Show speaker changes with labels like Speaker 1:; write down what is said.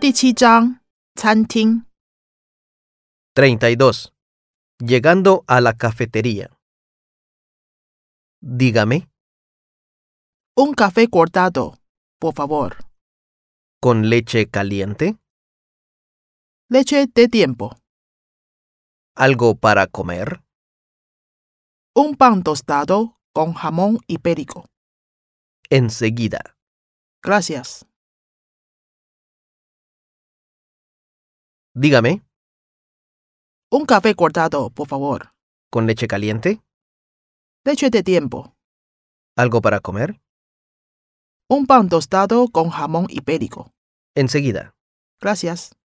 Speaker 1: 第七章餐厅
Speaker 2: 32. Llegando a la cafetería. Dígame,
Speaker 1: un café cortado, por favor.
Speaker 2: ¿con leche caliente?
Speaker 1: Leche de tiempo,
Speaker 2: ¿Algo para comer?
Speaker 1: un pan tostado con jamón ibérico.
Speaker 2: Enseguida.
Speaker 1: Gracias.
Speaker 2: Dígame,
Speaker 1: Un café cortado, por favor.
Speaker 2: ¿con leche caliente?
Speaker 1: Leche de tiempo,
Speaker 2: ¿Algo para comer?
Speaker 1: un pan tostado con jamón ibérico.
Speaker 2: Enseguida.
Speaker 1: Gracias.